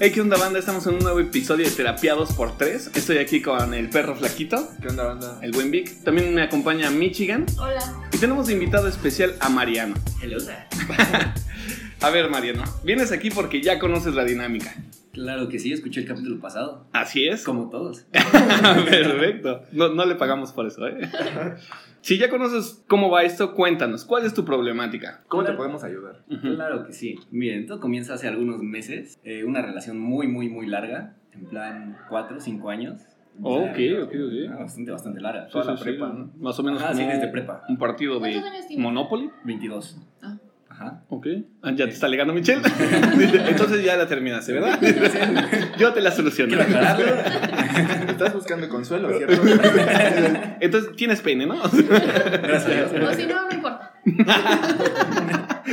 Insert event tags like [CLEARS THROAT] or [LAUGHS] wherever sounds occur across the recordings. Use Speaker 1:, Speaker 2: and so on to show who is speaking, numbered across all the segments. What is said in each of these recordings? Speaker 1: Hey, ¿qué onda, banda? Estamos en un nuevo episodio de Terapiados por 3. Estoy aquí con el perro flaquito,
Speaker 2: ¿Qué onda, banda?
Speaker 1: el buen Vic. También me acompaña Michigan.
Speaker 3: Hola.
Speaker 1: Y tenemos de invitado especial a Mariano.
Speaker 4: Hello.
Speaker 1: [LAUGHS] A ver, Mariano, vienes aquí porque ya conoces la dinámica.
Speaker 4: Claro que sí, escuché el capítulo pasado.
Speaker 1: Así es.
Speaker 4: Como todos.
Speaker 1: [LAUGHS] Perfecto. No, no le pagamos por eso,
Speaker 4: [LAUGHS]
Speaker 1: ¿eh? Si ya conoces cómo va esto, cuéntanos, ¿cuál es tu problemática?
Speaker 2: ¿Cómo te
Speaker 4: Claro.
Speaker 2: podemos ayudar?
Speaker 1: Ujú.
Speaker 4: Claro que sí. Miren, todo comienza hace algunos meses. eh, una relación muy, muy, muy larga. En plan, 4, 5 años.
Speaker 1: Oh,
Speaker 4: O sea,
Speaker 1: ok, ok, ok.
Speaker 4: ah, Bastante, bastante larga.
Speaker 1: Sí,
Speaker 4: Toda la
Speaker 1: sí, sí,
Speaker 4: prepa, ¿no?
Speaker 1: Más o menos
Speaker 4: Ah, sí,
Speaker 1: como
Speaker 4: desde prepa.
Speaker 1: un partido de
Speaker 3: ¿Cuántos años tienes?
Speaker 1: Monopoly.
Speaker 4: 22.
Speaker 3: Ah.
Speaker 4: Ajá.
Speaker 1: Ok. Ah, ya te está legando Michelle. [LAUGHS] Dice, Entonces ya la terminaste, ¿verdad? [LAUGHS] Yo te la soluciono.
Speaker 3: [LAUGHS]
Speaker 4: Quiero aclararlo.
Speaker 2: [LAUGHS] Estás buscando consuelo, ¿cierto? [LAUGHS]
Speaker 1: Entonces tienes pene, ¿no? [LAUGHS]
Speaker 4: Gracias a Dios.
Speaker 3: O si no, no importa.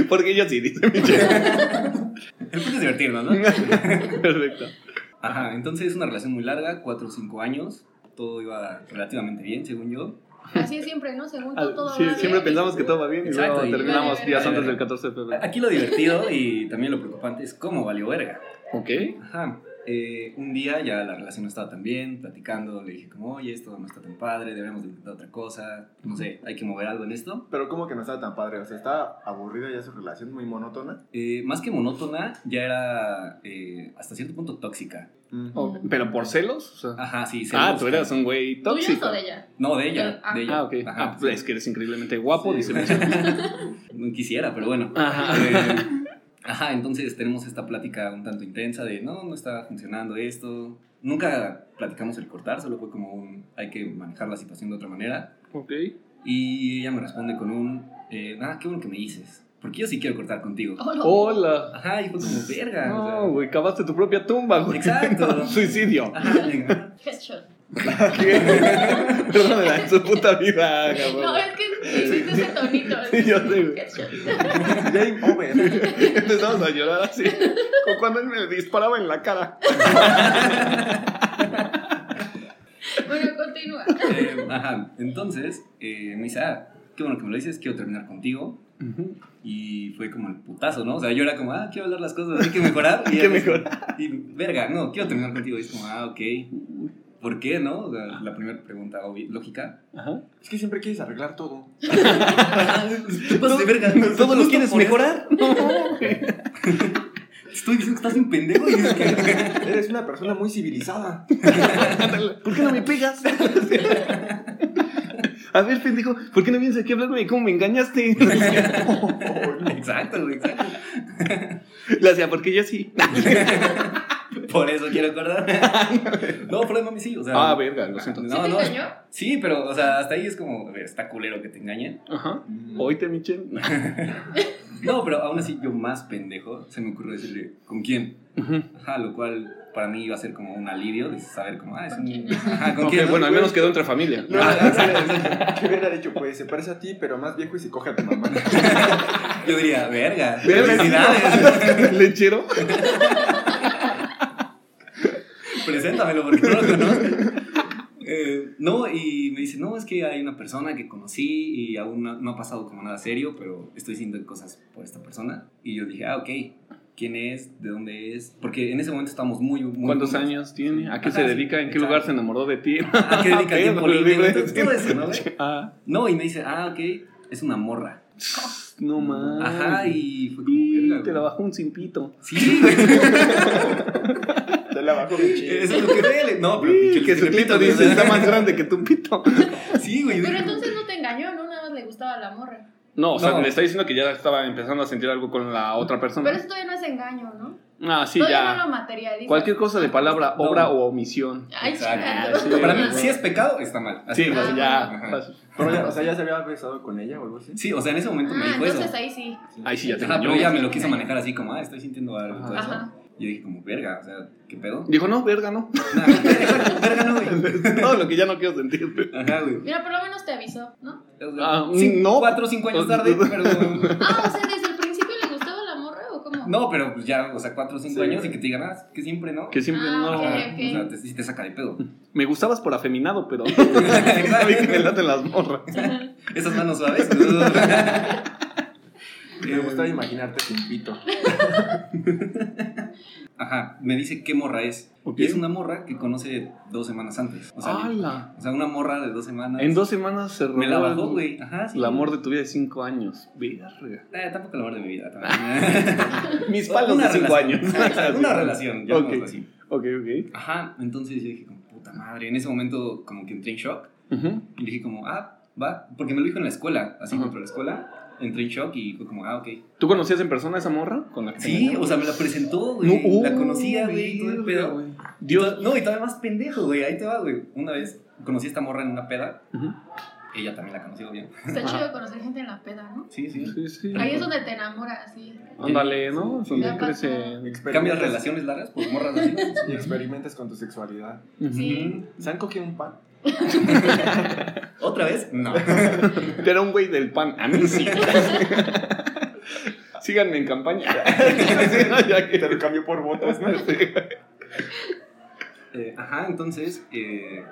Speaker 1: Porque yo sí, dice
Speaker 4: [LAUGHS]
Speaker 1: Michelle.
Speaker 4: El punto es divertirnos, ¿no?
Speaker 1: Perfecto.
Speaker 4: Ajá, entonces una relación muy larga, 4 o 5 años. Todo iba relativamente bien, según yo.
Speaker 3: Así es siempre, ¿no? Según tú, todo
Speaker 1: Ah, Sí,
Speaker 3: va bien.
Speaker 1: siempre pensamos que todo va bien y
Speaker 4: Exacto,
Speaker 1: luego
Speaker 4: y-
Speaker 1: terminamos
Speaker 3: Vale,
Speaker 1: días
Speaker 4: vale,
Speaker 1: antes
Speaker 4: vale.
Speaker 1: del 14 de febrero.
Speaker 4: [LAUGHS] Aquí lo divertido y también lo preocupante es cómo valió verga.
Speaker 1: Ok.
Speaker 4: Ajá. Eh, un día ya la relación no estaba tan bien, platicando, le dije como, oye, esto no está tan padre, debemos de intentar otra cosa, no sé, hay que mover algo en esto.
Speaker 2: Pero como que no estaba tan padre, o sea, estaba aburrida ya su relación, muy monótona.
Speaker 4: Eh, más que monótona, ya era eh, hasta cierto punto tóxica.
Speaker 2: Mm. Oh.
Speaker 3: Oh,
Speaker 1: Ok, Pero por celos. O sea.
Speaker 4: Ajá, sí.
Speaker 1: Ah,
Speaker 4: celos.
Speaker 1: tú eras un güey
Speaker 3: ¿Tuyos
Speaker 1: tóxico.
Speaker 3: o de ella?
Speaker 4: No, de ella,
Speaker 3: Ah.
Speaker 4: de ella.
Speaker 1: Ah, ok.
Speaker 4: Ajá,
Speaker 1: Ah, pues, es que eres increíblemente guapo,
Speaker 2: Sí.
Speaker 1: dice
Speaker 4: [LAUGHS]
Speaker 1: Michelle.
Speaker 4: No quisiera, pero bueno.
Speaker 1: Ajá.
Speaker 4: Eh, ajá, entonces tenemos esta plática un tanto intensa de, no, no está funcionando esto. Nunca platicamos el cortar, solo fue como un, hay que manejar la situación de otra manera.
Speaker 1: Ok.
Speaker 4: Y ella me responde con un, eh, ah, qué bueno que me dices, porque yo sí quiero cortar contigo.
Speaker 3: Oh, no.
Speaker 1: Hola.
Speaker 4: Ajá, y fue como, verga. o sea,
Speaker 1: No, güey, cavaste tu propia tumba, güey.
Speaker 4: Exacto.
Speaker 1: [LAUGHS] Suicidio.
Speaker 4: Ajá, venga. [LAUGHS]
Speaker 3: Headshot.
Speaker 1: Perdónela, en su puta vida, cabrón.
Speaker 3: No, es que hiciste ese tonito.
Speaker 1: [LAUGHS] Sí, yo sé, güey.
Speaker 3: Headshot.
Speaker 2: Game over.
Speaker 1: Empezamos a llorar así. Como cuando él me disparaba en la cara.
Speaker 3: Bueno, continúa.
Speaker 4: Eh, ajá, entonces eh, me dice, ah, qué bueno que me lo dices, quiero terminar contigo. Y fue como el putazo, ¿no? O sea, yo era como, ah, quiero hablar las cosas, hay que mejorar.
Speaker 1: [LAUGHS] Hay
Speaker 4: Y
Speaker 1: que
Speaker 4: ella es-
Speaker 1: mejorar.
Speaker 4: Y, verga, no, quiero terminar contigo. Y es como, ah, ok. ¿Por qué, no? O sea, la primera pregunta obvi- lógica.
Speaker 1: Ajá.
Speaker 2: Es que siempre quieres arreglar [LAUGHS] todo.
Speaker 4: ¿Qué pasa de verga?
Speaker 1: ¿Todo lo
Speaker 4: Justo
Speaker 1: quieres
Speaker 4: por eso [LAUGHS]
Speaker 1: mejorar? No, güey.
Speaker 4: Estoy diciendo que estás un pendejo y es que...
Speaker 2: Eres una persona muy civilizada.
Speaker 1: ¿Por qué no me [LAUGHS] pegas? A ver, pendejo, ¿por qué no vienes aquí a hablarme de cómo me [LAUGHS] engañaste?
Speaker 4: [LAUGHS] Exacto, güey, exacto.
Speaker 1: Le hacía, porque yo sí.
Speaker 4: Por eso quiero acordar. [LAUGHS] No, pero mami sí, o sea.
Speaker 1: Ah, verga, lo siento.
Speaker 3: ¿Sí te engañó?
Speaker 4: Sí, pero, o sea, hasta ahí es como, a ver, está culero que te engañen.
Speaker 1: Ajá.
Speaker 2: Mm.
Speaker 1: Oíte, Michelle.
Speaker 4: No, pero aún así, yo más pendejo, se me ocurrió decirle, ¿con quién?
Speaker 1: Ujú.
Speaker 4: Ajá, lo cual para mí iba a ser como un alivio de saber como, ah, es
Speaker 3: ¿Con
Speaker 4: un...
Speaker 3: quién?
Speaker 4: Ajá, ¿con
Speaker 1: Ok,
Speaker 4: quién?
Speaker 1: bueno, al menos quedó entre [LAUGHS] familia.
Speaker 2: No,
Speaker 1: Ah,
Speaker 2: ¿Qué hubiera dicho? Pues se parece a ti, pero más viejo y se coge a tu mamá.
Speaker 4: Yo diría, verga,
Speaker 1: verga,
Speaker 4: felicidades,
Speaker 1: Lechero.
Speaker 4: preséntamelo porque no lo conozco. Eh, no, y me dice, no, es que hay una persona que conocí y aún no, no ha pasado como nada serio, pero estoy sintiendo cosas por esta persona. Y yo dije, ah, ok, ¿quién es? ¿De dónde es? Porque en ese momento estábamos muy... muy
Speaker 1: ¿Cuántos
Speaker 4: juntos.
Speaker 1: años tiene? ¿A qué
Speaker 4: Ajá,
Speaker 1: se
Speaker 4: sí,
Speaker 1: dedica? ¿En qué
Speaker 4: exacto.
Speaker 1: lugar se enamoró de ti?
Speaker 4: ¿A
Speaker 1: [LAUGHS]
Speaker 4: qué dedica el tiempo
Speaker 1: Pero,
Speaker 4: libre?
Speaker 1: libre.
Speaker 4: Entonces, todo eso, ¿no? güey?
Speaker 1: pues, [LAUGHS] Ah,
Speaker 4: No, y me dice, ah, ok, es una morra.
Speaker 1: no más.
Speaker 4: Ajá, y fue como,
Speaker 1: Ah, Y
Speaker 4: verga,
Speaker 1: te la
Speaker 4: güey.
Speaker 1: bajó un simpito.
Speaker 4: Sí, güey, [LAUGHS]
Speaker 2: Te la bajo mi chico.
Speaker 4: eso es lo que duele. No, pero pinche,
Speaker 1: que su
Speaker 4: tiene
Speaker 1: pito
Speaker 4: pito,
Speaker 1: dice
Speaker 4: ¿verdad?
Speaker 1: está más grande que tu pito.
Speaker 4: Sí, güey. yo
Speaker 3: Pero
Speaker 4: dije,
Speaker 3: entonces no te engañó, ¿no? Nada más le gustaba la morra.
Speaker 1: No, o sea,
Speaker 4: No.
Speaker 1: le está diciendo que ya estaba empezando a sentir algo con la otra
Speaker 3: Pero
Speaker 1: persona.
Speaker 3: eso todavía no es engaño, ¿no?
Speaker 1: Ah, sí,
Speaker 3: todavía no
Speaker 1: ya.
Speaker 3: lo materializa.
Speaker 1: Cualquier cosa de palabra,
Speaker 4: No.
Speaker 1: obra o omisión.
Speaker 3: Ay, Ah.
Speaker 4: Exacto.
Speaker 1: sí,
Speaker 3: chingado.
Speaker 4: Para mí,
Speaker 1: güey.
Speaker 4: si es pecado, está mal. Así
Speaker 1: Sí,
Speaker 4: que-
Speaker 1: o sea, ya.
Speaker 4: Ajá.
Speaker 1: fácil.
Speaker 2: Pero ya, o sea, ya se había besado con ella o algo así.
Speaker 4: Sí, o sea, en ese momento me
Speaker 3: Ah,
Speaker 4: dijo
Speaker 3: entonces
Speaker 4: eso.
Speaker 3: ahí sí.
Speaker 1: Ahí sí ya te
Speaker 4: Ajá,
Speaker 1: engañó.
Speaker 4: pero ella me lo quiso manejar así como, ah, estoy sintiendo algo. y todo eso.
Speaker 3: Ajá.
Speaker 4: Y yo dije como, verga, o sea, ¿qué pedo?
Speaker 1: Dijo, no, verga, no.
Speaker 4: Nah, [LAUGHS] verga, no, güey.
Speaker 1: [LAUGHS] Todo lo que ya no quiero sentir.
Speaker 4: Ajá, güey.
Speaker 3: Mira, por lo menos te avisó, ¿no?
Speaker 4: O
Speaker 1: Ah,
Speaker 4: sea,
Speaker 1: un
Speaker 4: cin-
Speaker 1: no.
Speaker 4: Cuatro o cinco años tarde, [LAUGHS] pero...
Speaker 3: Ah, o sea, ¿desde el principio le gustaba la morra o cómo?
Speaker 4: No, pero pues ya, o sea, cuatro o cinco
Speaker 2: Sí.
Speaker 4: años y que te digan, ah, que siempre, ¿no?
Speaker 1: Que siempre
Speaker 3: Ah,
Speaker 1: no.
Speaker 4: Ajá,
Speaker 3: ok, ok.
Speaker 4: O sea, te, sí te saca de pedo.
Speaker 1: Me gustabas por afeminado,
Speaker 4: [LAUGHS]
Speaker 1: pero. A mí que me laten las morras.
Speaker 4: [LAUGHS] Esas manos suaves.
Speaker 2: Me gustaba imaginarte sin pito.
Speaker 4: Eh, Ajá, me dice qué morra es.
Speaker 1: Ok.
Speaker 4: Y es una morra que conoce dos semanas antes. O sea,
Speaker 1: ¡Hala!
Speaker 4: o sea, una morra de dos semanas.
Speaker 1: En dos semanas se robó
Speaker 4: Me la
Speaker 1: el-
Speaker 4: bajó, güey. Ajá, sí.
Speaker 1: El amor de tu vida de cinco años. Verga.
Speaker 4: Eh, tampoco el amor de mi vida. [LAUGHS] también.
Speaker 1: Mis Ah. palos de cinco
Speaker 4: relación.
Speaker 1: [LAUGHS] años.
Speaker 4: Exacto, una relación, ya
Speaker 1: Ok.
Speaker 4: así.
Speaker 1: Ok, ok.
Speaker 4: Ajá, entonces yo dije, como, puta madre. En ese momento, como que entré en shock.
Speaker 1: Ujú.
Speaker 4: Y dije, como, ah, va. Porque me lo dijo en la escuela, así
Speaker 1: Ajá.
Speaker 4: dentro de la escuela. Entré en shock y fue como, ah, ok.
Speaker 1: ¿Tú conocías en persona a esa morra con la que te
Speaker 4: Sí,
Speaker 1: engañaron?
Speaker 4: o sea, me la presentó, güey.
Speaker 1: No,
Speaker 4: la
Speaker 1: oh,
Speaker 4: conocía, güey, todo el
Speaker 1: verga,
Speaker 4: pedo.
Speaker 1: güey.
Speaker 4: Dios.
Speaker 1: Dios.
Speaker 4: No, y todavía más pendejo, güey. Ahí te va, güey. Una vez conocí a esta morra en una peda.
Speaker 1: Ujú.
Speaker 4: Ella también la conocí, obvio.
Speaker 3: Está chido conocer gente en la peda, ¿no?
Speaker 4: Sí, sí.
Speaker 1: Sí, sí.
Speaker 3: Ahí es donde te enamoras, sí.
Speaker 1: Ándale, ¿no?
Speaker 4: Sí.
Speaker 1: Donde
Speaker 3: Ya pasó.
Speaker 1: crece.
Speaker 4: Cambias relaciones largas por
Speaker 1: [LAUGHS]
Speaker 4: morras así.
Speaker 2: Y experimentas con tu sexualidad.
Speaker 3: Sí.
Speaker 4: Ujú.
Speaker 2: ¿Se han cogido un pan?
Speaker 4: ¿Otra vez? No.
Speaker 1: Ujú. Era un güey del pan. A mí
Speaker 3: [LAUGHS]
Speaker 1: sí. Síganme en
Speaker 4: [LAUGHS]
Speaker 1: campaña. Sí, no, ya que-
Speaker 2: Te lo cambio por botas, ¿no?
Speaker 4: Eh, ajá, entonces eh,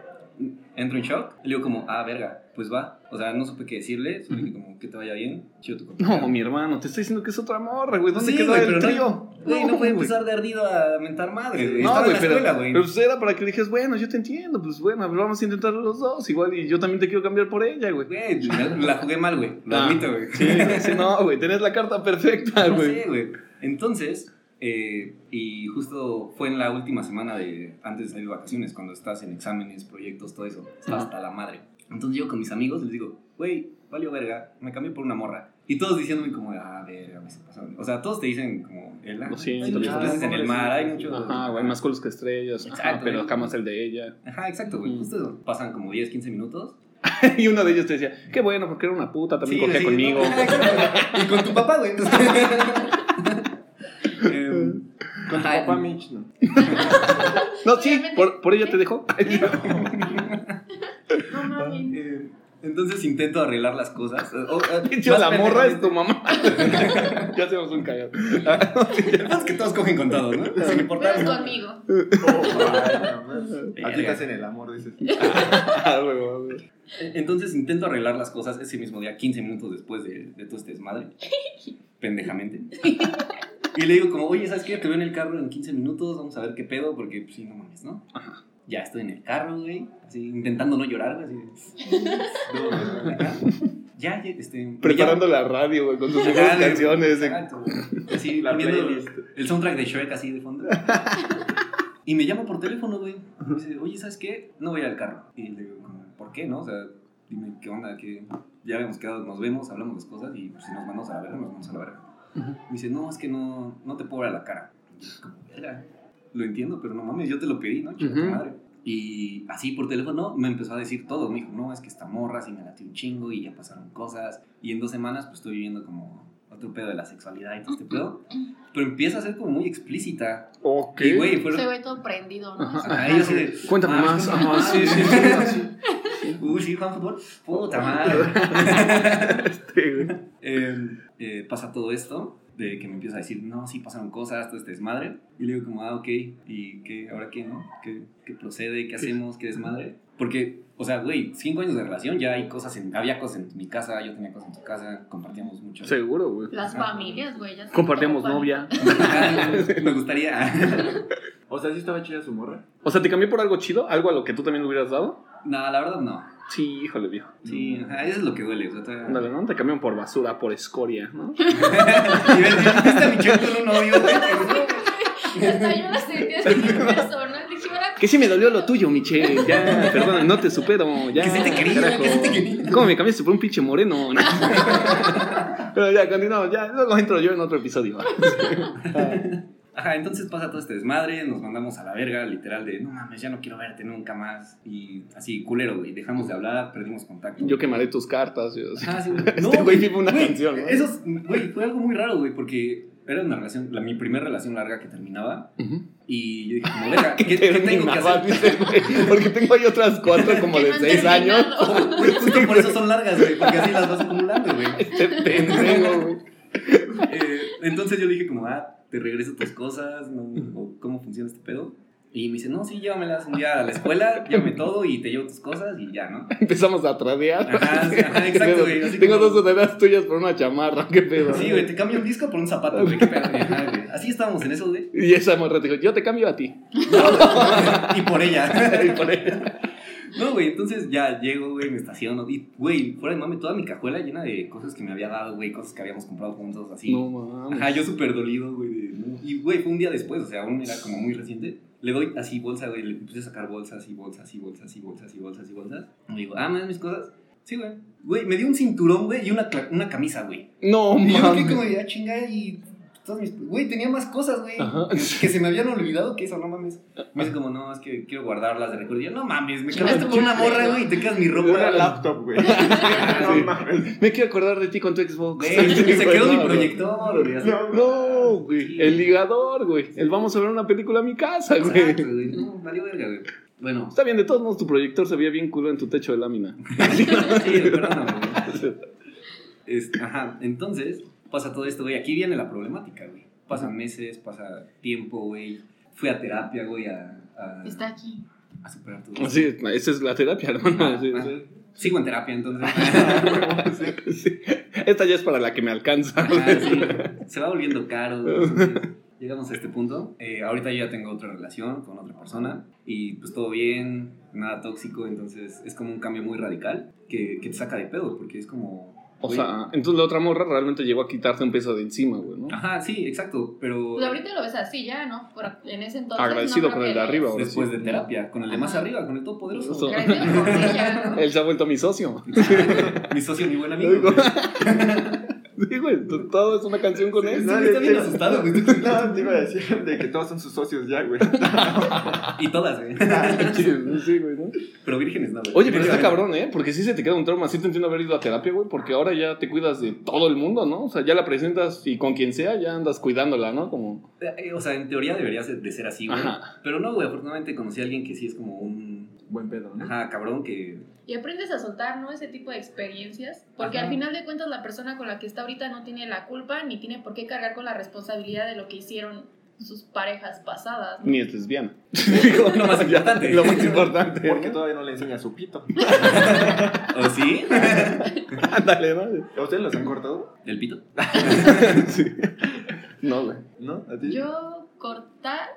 Speaker 4: entro en shock. Le digo como, ah, verga, pues va. O sea, no supe qué decirle. Solo dije como, que te vaya bien. Chido tu compañero.
Speaker 1: No, mi hermano, te estoy diciendo que es otra morra, güey. ¿Dónde
Speaker 4: Sí,
Speaker 1: quedó
Speaker 4: güey,
Speaker 1: el
Speaker 4: pero no-
Speaker 1: trío?
Speaker 4: Güey, no pues, puede
Speaker 1: güey.
Speaker 4: empezar de ardido a mentar madre. güey.
Speaker 1: No,
Speaker 4: Estaba
Speaker 1: güey,
Speaker 4: en la
Speaker 1: pero,
Speaker 4: escuela, güey.
Speaker 1: pero pues era para que le dijeras, bueno, yo te entiendo, pues bueno, vamos a intentar los dos, igual, y yo también te quiero cambiar por ella, güey.
Speaker 4: Güey, la, la jugué mal, güey. Lo
Speaker 1: Ah.
Speaker 4: admito, güey.
Speaker 1: Sí, sí, no, güey, tenés la carta perfecta,
Speaker 4: No
Speaker 1: Ah, güey.
Speaker 4: sé, güey. Entonces, eh, y justo fue en la última semana de antes de ir de vacaciones, cuando estás en exámenes, proyectos, todo eso. Estás
Speaker 1: Ajá.
Speaker 4: hasta la madre. Entonces yo con mis amigos les digo, güey, valió verga, me cambié por una morra. Y todos diciéndome como, ah, verga, me se pasaron. O sea, todos te dicen como, el "Ah,
Speaker 1: Lo
Speaker 4: hay
Speaker 1: siento,
Speaker 4: muchos
Speaker 1: lo
Speaker 4: peces en
Speaker 2: siento.
Speaker 4: el mar, hay muchos...
Speaker 1: Ajá, güey, más colos que estrellas, ajá,
Speaker 4: Exacto,
Speaker 1: pero
Speaker 4: güey.
Speaker 1: acá más el de ella. [LAUGHS]
Speaker 4: Ajá, exacto, güey.
Speaker 1: Mm.
Speaker 4: Justo eso. pasan como 10, 15 minutos.
Speaker 1: Y uno de ellos te decía, qué bueno, porque era una puta, también
Speaker 4: Sí,
Speaker 1: cogía
Speaker 4: sí,
Speaker 1: conmigo. [LAUGHS]
Speaker 4: no, exacto. y con tu papá, güey. entonces- [LAUGHS] Em,
Speaker 2: Con tu
Speaker 4: ajá,
Speaker 2: papá Mitch, ¿no?
Speaker 1: No, sí,
Speaker 3: Obviamente.
Speaker 1: por, por ella te dejó. [LAUGHS]
Speaker 3: No
Speaker 1: Ah,
Speaker 3: mames.
Speaker 4: Eh, entonces intento arreglar las cosas. O- o-
Speaker 1: Yo,
Speaker 4: más
Speaker 1: la morra es
Speaker 4: pendejamente.
Speaker 1: tu mamá. [LAUGHS] ya hacemos un cagado.
Speaker 4: Es que todos cogen con todos, ¿no? Sin importar.
Speaker 3: Pero
Speaker 4: ¿no?
Speaker 3: conmigo.
Speaker 2: Oh, ay, no, mames. a ti te
Speaker 4: Verga.
Speaker 2: hacen el amor, dices.
Speaker 1: Ah, güey, güey.
Speaker 4: Entonces intento arreglar las cosas ese mismo día, 15 minutos después de, de todo este desmadre. Pendejamente. Y le digo como, oye, ¿sabes qué? Te veo en el carro en 15 minutos, vamos a ver qué pedo, porque pues sí, no mames, ¿no? Ya estoy en el carro, güey. Así, intentando no llorar, güey. así de- Ajá. ya, ya, este... me
Speaker 1: Preparando la radio, güey, con sus
Speaker 4: llama-
Speaker 1: mejores
Speaker 4: Dale,
Speaker 1: canciones. eh.
Speaker 4: exacto, güey. Así,
Speaker 2: La
Speaker 4: poniendo-
Speaker 2: playlist.
Speaker 4: El soundtrack de Shrek así de fondo. Y me llama por teléfono, güey. Y me dice, oye, ¿sabes qué? No voy a ir al carro. Y le digo, como, ¿por qué, no? O sea, dime qué onda, que ya habíamos quedado, nos vemos, hablamos las cosas y pues, si nos mandamos a la verga, nos vamos a la verga.
Speaker 1: Ujú.
Speaker 4: Me dice, no, es que no, no te puedo ver a la cara. Y yo, como, "Verga, Lo entiendo, pero no mames, yo te lo pedí, ¿no? Chinga tu
Speaker 1: Ujú.
Speaker 4: madre. Y así por teléfono me empezó a decir todo. Me dijo, no, es que esta morra sí me latió un chingo y ya pasaron cosas. Y en dos semanas pues estoy viviendo como otro pedo de la sexualidad y todo este pedo. Pero empieza a ser como muy explícita.
Speaker 1: Ok.
Speaker 4: Y güey,
Speaker 3: Se
Speaker 4: fueron...
Speaker 3: ve todo prendido, ¿no?
Speaker 1: Ajá.
Speaker 4: Ajá, y yo así de,
Speaker 1: Cuéntame
Speaker 4: "Ah,
Speaker 1: más.
Speaker 4: cuéntame
Speaker 1: Ajá,
Speaker 4: más".
Speaker 1: sí, sí,
Speaker 4: [LAUGHS]
Speaker 1: sí.
Speaker 4: Uy, sí, Juan Fútbol. Puta madre.
Speaker 1: [LAUGHS] Este, güey.
Speaker 4: Eh, eh, pasa todo esto de que me empieza a decir, no, sí pasaron cosas, todo este desmadre. Y le digo como, ah, ok, ¿y qué? ¿Ahora qué, no? ¿Qué, qué procede? ¿Qué hacemos? ¿Qué desmadre? Porque, o sea, güey, cinco años de relación, ya hay cosas en, había cosas en mi casa, yo tenía cosas en tu casa, compartíamos mucho.
Speaker 1: Seguro, güey.
Speaker 3: Las familias, güey. ya se-
Speaker 1: Compartíamos
Speaker 3: todo
Speaker 1: novia.
Speaker 4: [LAUGHS] me gustaría... [LAUGHS]
Speaker 2: O sea, sí estaba chida su morra.
Speaker 1: O sea, ¿te cambié por algo chido? ¿Algo a lo que tú también hubieras dado?
Speaker 4: no, la verdad no.
Speaker 1: Sí, híjole, viejo.
Speaker 4: Sí, ajá, eso es lo que duele. O sea, todavía-
Speaker 1: Mm. Ándale, ¿no? Te cambian por basura, por escoria, ¿no?
Speaker 4: [LAUGHS] Y ves, ¿Viste a mi chico con un novio, güey?
Speaker 3: Hasta yo la sentí así en persona. Dije, ahora
Speaker 1: Que sí me dolió lo tuyo, Michelle. Ya, perdón, no te supero. Ya,
Speaker 4: Que sí te quería,
Speaker 1: carajo.
Speaker 4: que sí te quería.
Speaker 1: ¿Cómo me cambiaste por un pinche moreno?
Speaker 4: [LAUGHS]
Speaker 1: No. Pero ya, continuamos. Ya, luego entro yo en otro episodio.
Speaker 4: Ajá, entonces pasa todo este desmadre, nos mandamos a la verga, literal, de no mames, ya no quiero verte nunca más. Y así, culero, güey, dejamos de hablar, perdimos contacto.
Speaker 1: Yo quemaré tus cartas. yo-
Speaker 4: Ajá, sí,
Speaker 1: [LAUGHS] Este güey vive una canción, ¿no?
Speaker 4: Eso, es- güey, fue algo muy raro, güey, porque era una relación, la, mi primera relación larga que terminaba.
Speaker 1: Ujú.
Speaker 4: Y yo dije, como, verga,
Speaker 1: [LAUGHS]
Speaker 4: ¿qué,
Speaker 1: Que
Speaker 4: qué tengo que
Speaker 1: terminaba,
Speaker 4: hacer?
Speaker 1: dice, güey, Porque tengo ahí otras cuatro como
Speaker 3: que
Speaker 1: de
Speaker 3: no han
Speaker 1: seis años.
Speaker 3: terminado.
Speaker 4: Oh, güey, [LAUGHS] justo
Speaker 1: [LAUGHS]
Speaker 4: por eso son largas, güey, porque así las vas acumulando, güey.
Speaker 1: Este pendejo, güey.
Speaker 4: Eh, entonces yo le dije como, ah, te regreso tus cosas, no, o, ¿cómo funciona este pedo? Y me dice, no, sí, llévamelas un día a la escuela, llévame todo y te llevo tus cosas y ya, ¿no?
Speaker 1: Empezamos a tradear.
Speaker 4: Ajá, sí, ajá, Ah, exacto, güey. así
Speaker 1: Tengo
Speaker 4: como-
Speaker 1: dos sonaderas tuyas por una chamarra, qué pedo.
Speaker 4: Sí, güey, te cambio un disco por un zapato, güey, qué pedo, güey, ajá, güey. Así estábamos en
Speaker 1: [LAUGHS]
Speaker 4: eso, güey.
Speaker 1: Y esa morra te dijo, yo te cambio a ti.
Speaker 4: Y por ella.
Speaker 1: Y por ahí-
Speaker 4: No, güey, entonces ya llego, güey, me estaciono. Y, güey, fuera de mame, toda mi cajuela llena de cosas que me había dado, güey, cosas que habíamos comprado juntos, así.
Speaker 1: No mames.
Speaker 4: Ajá, yo súper dolido, güey. de, no. Y, güey, fue un día después, o sea, aún era como muy reciente. Le doy así bolsa, güey, le empecé a sacar bolsas y bolsas y bolsas y bolsas y bolsas y bolsas. Y digo, ah, ¿me das mis cosas? Sí, güey. Güey, me dio un cinturón, güey, y una, cla- una camisa, güey.
Speaker 1: No
Speaker 4: Y yo me quedé
Speaker 1: mames.
Speaker 4: como, ya chinga, y todas mis... Güey, tenía más cosas, güey.
Speaker 1: Ajá.
Speaker 4: Que, que se me habían olvidado que eso, no mames. Me dice como, no, es que quiero guardarlas de recuerdo. Y yo, no mames, me cambiaste por una morra, güey, y te quedas mi ropa.
Speaker 2: Una laptop, [LAUGHS] güey. no
Speaker 4: Sí.
Speaker 2: mames.
Speaker 1: Me quiero acordar de ti con tu Xbox.
Speaker 4: Güey, se quedó mi
Speaker 1: No,
Speaker 4: proyector, güey. así.
Speaker 2: No,
Speaker 1: No, güey.
Speaker 4: Sí.
Speaker 1: El ligador, güey. El vamos a ver una película a mi casa, güey.
Speaker 4: Exacto, güey. No, valió verga, güey. Bueno,
Speaker 1: Está bien, de todos modos tu proyector se veía bien culo en tu techo de
Speaker 4: [LAUGHS]
Speaker 1: lámina.
Speaker 4: sí, perdóname, güey. [LAUGHS] Es- ajá, entonces pasa todo esto, güey. Aquí viene la problemática, güey. Pasan meses, pasa tiempo, güey. Fui a terapia, güey, a, a,
Speaker 3: Está aquí.
Speaker 4: a superar todo esto.
Speaker 1: Así, es, esa es la terapia, hermano. Sí,
Speaker 4: Ah,
Speaker 1: sí.
Speaker 4: Sigo en terapia, entonces.
Speaker 1: [LAUGHS] Sí. Esta ya es para la que me alcanza.
Speaker 4: Ajá, Ah, sí. Se va volviendo caro. güey. Entonces, Llegamos a este punto. Eh, ahorita yo ya tengo otra relación con otra persona y pues todo bien, nada tóxico. Entonces es como un cambio muy radical que, que te saca de pedo porque es como.
Speaker 1: O
Speaker 4: güey,
Speaker 1: sea, entonces la otra morra realmente llegó a quitarte un peso de encima, güey, ¿no?
Speaker 4: Ajá, sí, exacto. Pero
Speaker 3: Pues ahorita lo ves así ya, ¿no? Por, en ese entonces.
Speaker 1: Agradecido
Speaker 3: no creo
Speaker 1: con el
Speaker 3: que-
Speaker 1: de arriba, güey.
Speaker 4: después de terapia, con el de más
Speaker 3: Ajá.
Speaker 4: arriba, con el
Speaker 1: Eso.
Speaker 4: todopoderoso. [LAUGHS]
Speaker 3: Agradecido con ella,
Speaker 1: [LAUGHS]
Speaker 3: ¿no?
Speaker 1: Él se ha vuelto mi socio. [LAUGHS]
Speaker 4: mi socio, mi buen amigo. Este
Speaker 1: Digo,
Speaker 4: güey.
Speaker 1: Sí, güey, t- todo es una canción con él.
Speaker 4: Sí, me está bien asustado, güey.
Speaker 2: No, te iba a decir de que todos son sus socios ya, güey.
Speaker 4: Y todas, güey.
Speaker 1: Sí, güey, ¿no?
Speaker 4: Pero vírgenes, no, güey.
Speaker 1: Oye, pero está
Speaker 4: Vírgenes.
Speaker 1: cabrón, ¿eh? Porque sí se te queda un trauma. Sí te entiendo haber ido a terapia, güey, porque ahora ya te cuidas de todo el mundo, ¿no? O sea, ya la presentas y con quien sea ya andas cuidándola, ¿no? Como...
Speaker 4: Eh, O sea, en teoría debería ser- de ser así, güey.
Speaker 1: Ajá.
Speaker 4: Pero no, güey, afortunadamente conocí a alguien que sí es como un.
Speaker 2: Buen pedo, ¿no?
Speaker 4: Ajá, cabrón, que.
Speaker 3: Y aprendes a soltar, ¿no? Ese tipo de experiencias. Porque
Speaker 4: Ajá.
Speaker 3: al final de cuentas la persona con la que está ahorita no tiene la culpa ni tiene por qué cargar con la responsabilidad de lo que hicieron sus parejas pasadas. ¿no?
Speaker 1: Ni es [LAUGHS] lesbiana. [LAUGHS]
Speaker 4: lo más importante.
Speaker 1: Lo más importante.
Speaker 2: Porque
Speaker 1: ¿no?
Speaker 2: todavía no le enseña su pito.
Speaker 4: ¿O sí?
Speaker 1: [LAUGHS] Ándale, ¿no? [LAUGHS]
Speaker 2: ¿A ustedes los han cortado?
Speaker 4: ¿Del pito?
Speaker 1: Sí. No, güey.
Speaker 2: ¿No? ¿A ti?
Speaker 3: Yo cortar.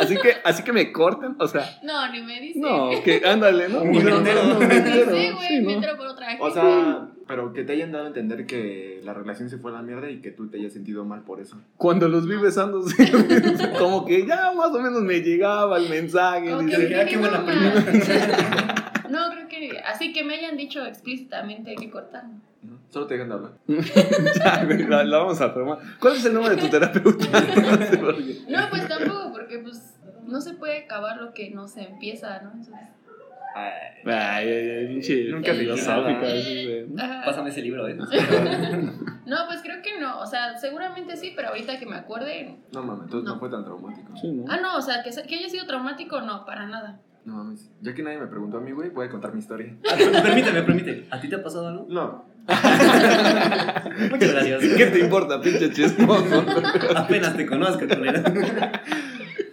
Speaker 1: Así que, así que me cortan, o sea,
Speaker 3: No, ni me dice.
Speaker 1: no, que ándale, [LAUGHS] ¿no?
Speaker 4: Ni me
Speaker 1: No,
Speaker 4: entero.
Speaker 1: no, no, me
Speaker 3: Ni
Speaker 1: entero,
Speaker 3: sé, güey,
Speaker 1: sí,
Speaker 3: me
Speaker 1: ¿no?
Speaker 3: entero por otra gente.
Speaker 2: O sea, pero que te hayan dado a entender que la relación se fue a la mierda y que tú te hayas sentido mal por eso.
Speaker 1: Cuando los vi besándose, como que ya más o menos me llegaba el mensaje.
Speaker 3: Ok,
Speaker 1: dice, [LAUGHS]
Speaker 4: "Ah, qué buena
Speaker 3: no,
Speaker 4: prima".
Speaker 3: ma. No, creo que. Así que me hayan dicho explícitamente que cortar.
Speaker 2: Ujú. Solo te dejan de hablar.
Speaker 1: Ya, güey, la, la vamos a formar. ¿Cuál es el nombre de tu terapeuta? [LAUGHS] No sé por qué.
Speaker 3: No, pues tampoco, porque pues no se puede acabar lo que no se empieza, ¿no? Entonces,
Speaker 1: Ay, ay, ay, pinche
Speaker 2: Nunca
Speaker 3: te
Speaker 1: filosófica,
Speaker 3: queda.
Speaker 1: sí, güey.
Speaker 3: ajá.
Speaker 4: Pásame ese libro, ¿eh?
Speaker 3: No, pues creo que no. O sea, seguramente sí, pero ahorita que me acuerde.
Speaker 2: No mames, entonces no.
Speaker 3: No.
Speaker 2: fue tan traumático.
Speaker 1: Sí, ¿no?
Speaker 3: Ah, no, o sea, que, se- que haya sido traumático, no, para nada.
Speaker 2: No mames. Ya que nadie me preguntó a mí, güey, voy a contar mi historia.
Speaker 4: permíteme, permíteme. ¿A ti te ha pasado algo?
Speaker 2: No.
Speaker 4: Muchas gracias.
Speaker 1: [LAUGHS] ¿Qué te importa, pinche chismoso?
Speaker 4: Apenas te conozco, culera.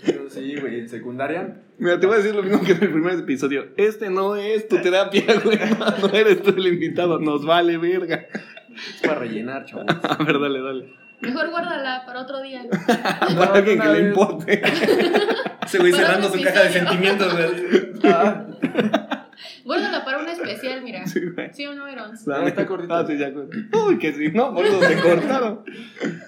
Speaker 2: Pero sí, güey, en secundaria.
Speaker 1: Mira, te voy a decir lo mismo que en el primer episodio. Este no es tu terapia, güey. [LAUGHS] No, no eres tú el invitado. Nos vale, verga.
Speaker 2: Es para rellenar, chavos.
Speaker 1: A ver, dale, dale.
Speaker 3: Mejor guárdala para otro día.
Speaker 2: [LAUGHS]
Speaker 1: Para alguien que
Speaker 2: una
Speaker 1: le
Speaker 2: vez.
Speaker 1: importe.
Speaker 4: Se voy
Speaker 3: Para
Speaker 4: cerrando
Speaker 3: un
Speaker 4: su caja de
Speaker 3: episodio.
Speaker 4: sentimientos, güey.
Speaker 2: Ah,
Speaker 1: [LAUGHS]
Speaker 3: Guárdala para un especial, mira.
Speaker 1: Sí, güey.
Speaker 3: ¿Sí o no, Erons?
Speaker 1: Dale.
Speaker 2: está cortito.
Speaker 1: Ah, sí, ya cortó. Uy, que sí, no, por [LAUGHS] eso se cortaron.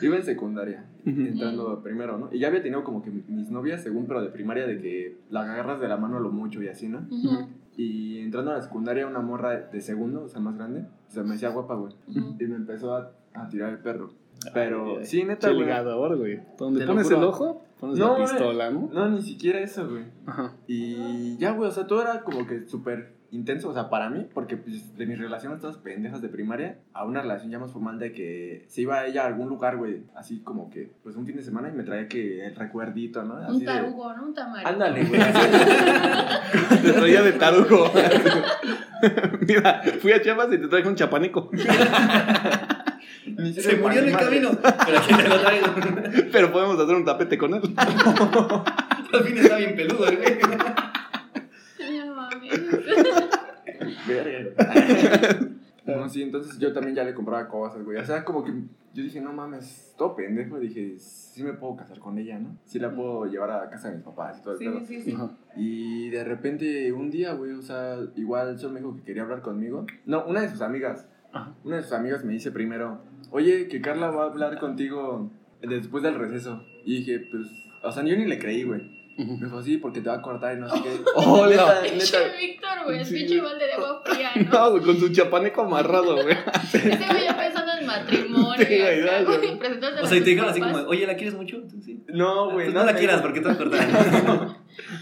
Speaker 2: Iba en secundaria,
Speaker 1: Ujú.
Speaker 2: entrando primero, ¿no? Y ya había tenido como que mis novias, según, pero de primaria, de que la agarras de la mano a lo mucho y así, ¿no?
Speaker 3: Ujú,
Speaker 2: Y entrando a la secundaria, una morra de segundo, o sea, más grande, se me decía guapa, güey.
Speaker 3: ujú.
Speaker 2: Y me empezó a, a tirar el perro. Pero,
Speaker 1: Ay,
Speaker 2: sí, neta,
Speaker 1: Che
Speaker 2: güey.
Speaker 1: ligador, güey. Donde
Speaker 2: Te lo
Speaker 1: pones
Speaker 2: juro.
Speaker 1: el ojo, pones
Speaker 2: No,
Speaker 1: la
Speaker 2: güey.
Speaker 1: pistola, ¿no?
Speaker 2: No, ni siquiera eso, güey.
Speaker 1: Ajá.
Speaker 2: Y ya, güey, o sea, todo era como que súper intenso, o sea, para mí, porque pues, de mis relaciones todas pendejas de primaria a una relación ya más formal de que se iba ella a algún lugar, güey, así como que, pues un fin de semana y me traía que el recuerdito, ¿no? Así
Speaker 3: Un
Speaker 2: de,
Speaker 3: tarugo, ¿no? Un tamario.
Speaker 2: ándale,
Speaker 4: [LAUGHS]
Speaker 2: güey. así.
Speaker 1: [LAUGHS] Te traía de tarugo. [LAUGHS] Mira, fui a Chiapas y te traje un chapaneco.
Speaker 2: Ni
Speaker 4: Se murió en el camino, pero aquí te lo traigo.
Speaker 1: [LAUGHS] Pero podemos hacer un tapete con él.
Speaker 4: Al fin está bien peludo, ¿eh? el güey.
Speaker 3: No mames.
Speaker 2: No, sí, entonces yo también ya le compraba cosas, güey. O sea, como que yo dije, no mames, todo pendejo. Dije, sí me puedo casar con ella, ¿no? Sí la puedo llevar a casa de mis papás y todo el
Speaker 3: Sí,
Speaker 2: pedo.
Speaker 3: sí, sí.
Speaker 1: Ajá.
Speaker 2: Y de repente un día, güey, o sea, igual solo me dijo que quería hablar conmigo. No, una de sus amigas.
Speaker 1: Ajá.
Speaker 2: Una de sus amigas me dice primero, oye, que Carla va a hablar contigo después del receso. Y dije, pues, o sea, yo ni le creí, güey. Me dijo, sí, porque te va a cortar y no
Speaker 4: [LAUGHS]
Speaker 2: sé qué.
Speaker 1: Hola.
Speaker 2: Neta,
Speaker 3: [LAUGHS]
Speaker 2: neta.
Speaker 3: Pinche Víctor, güey. El
Speaker 1: Sí.
Speaker 3: pinche balde
Speaker 2: [LAUGHS]
Speaker 3: de agua fría,
Speaker 1: [LAUGHS]
Speaker 3: ¿no?
Speaker 1: No, güey, con su chapaneco amarrado, güey.
Speaker 3: Ese güey ya pensando en matrimonio.
Speaker 1: Sí, güey,
Speaker 3: acá,
Speaker 1: no,
Speaker 3: güey,
Speaker 1: güey.
Speaker 3: presentándose a
Speaker 4: O sea, y
Speaker 3: tus
Speaker 4: te dijeron así
Speaker 3: papás.
Speaker 4: como, oye, ¿la quieres mucho? Tú, Sí.
Speaker 2: No, güey,
Speaker 4: Pues no la
Speaker 2: me
Speaker 4: quieras
Speaker 2: dijo-
Speaker 4: porque te vas a [LAUGHS] cortar.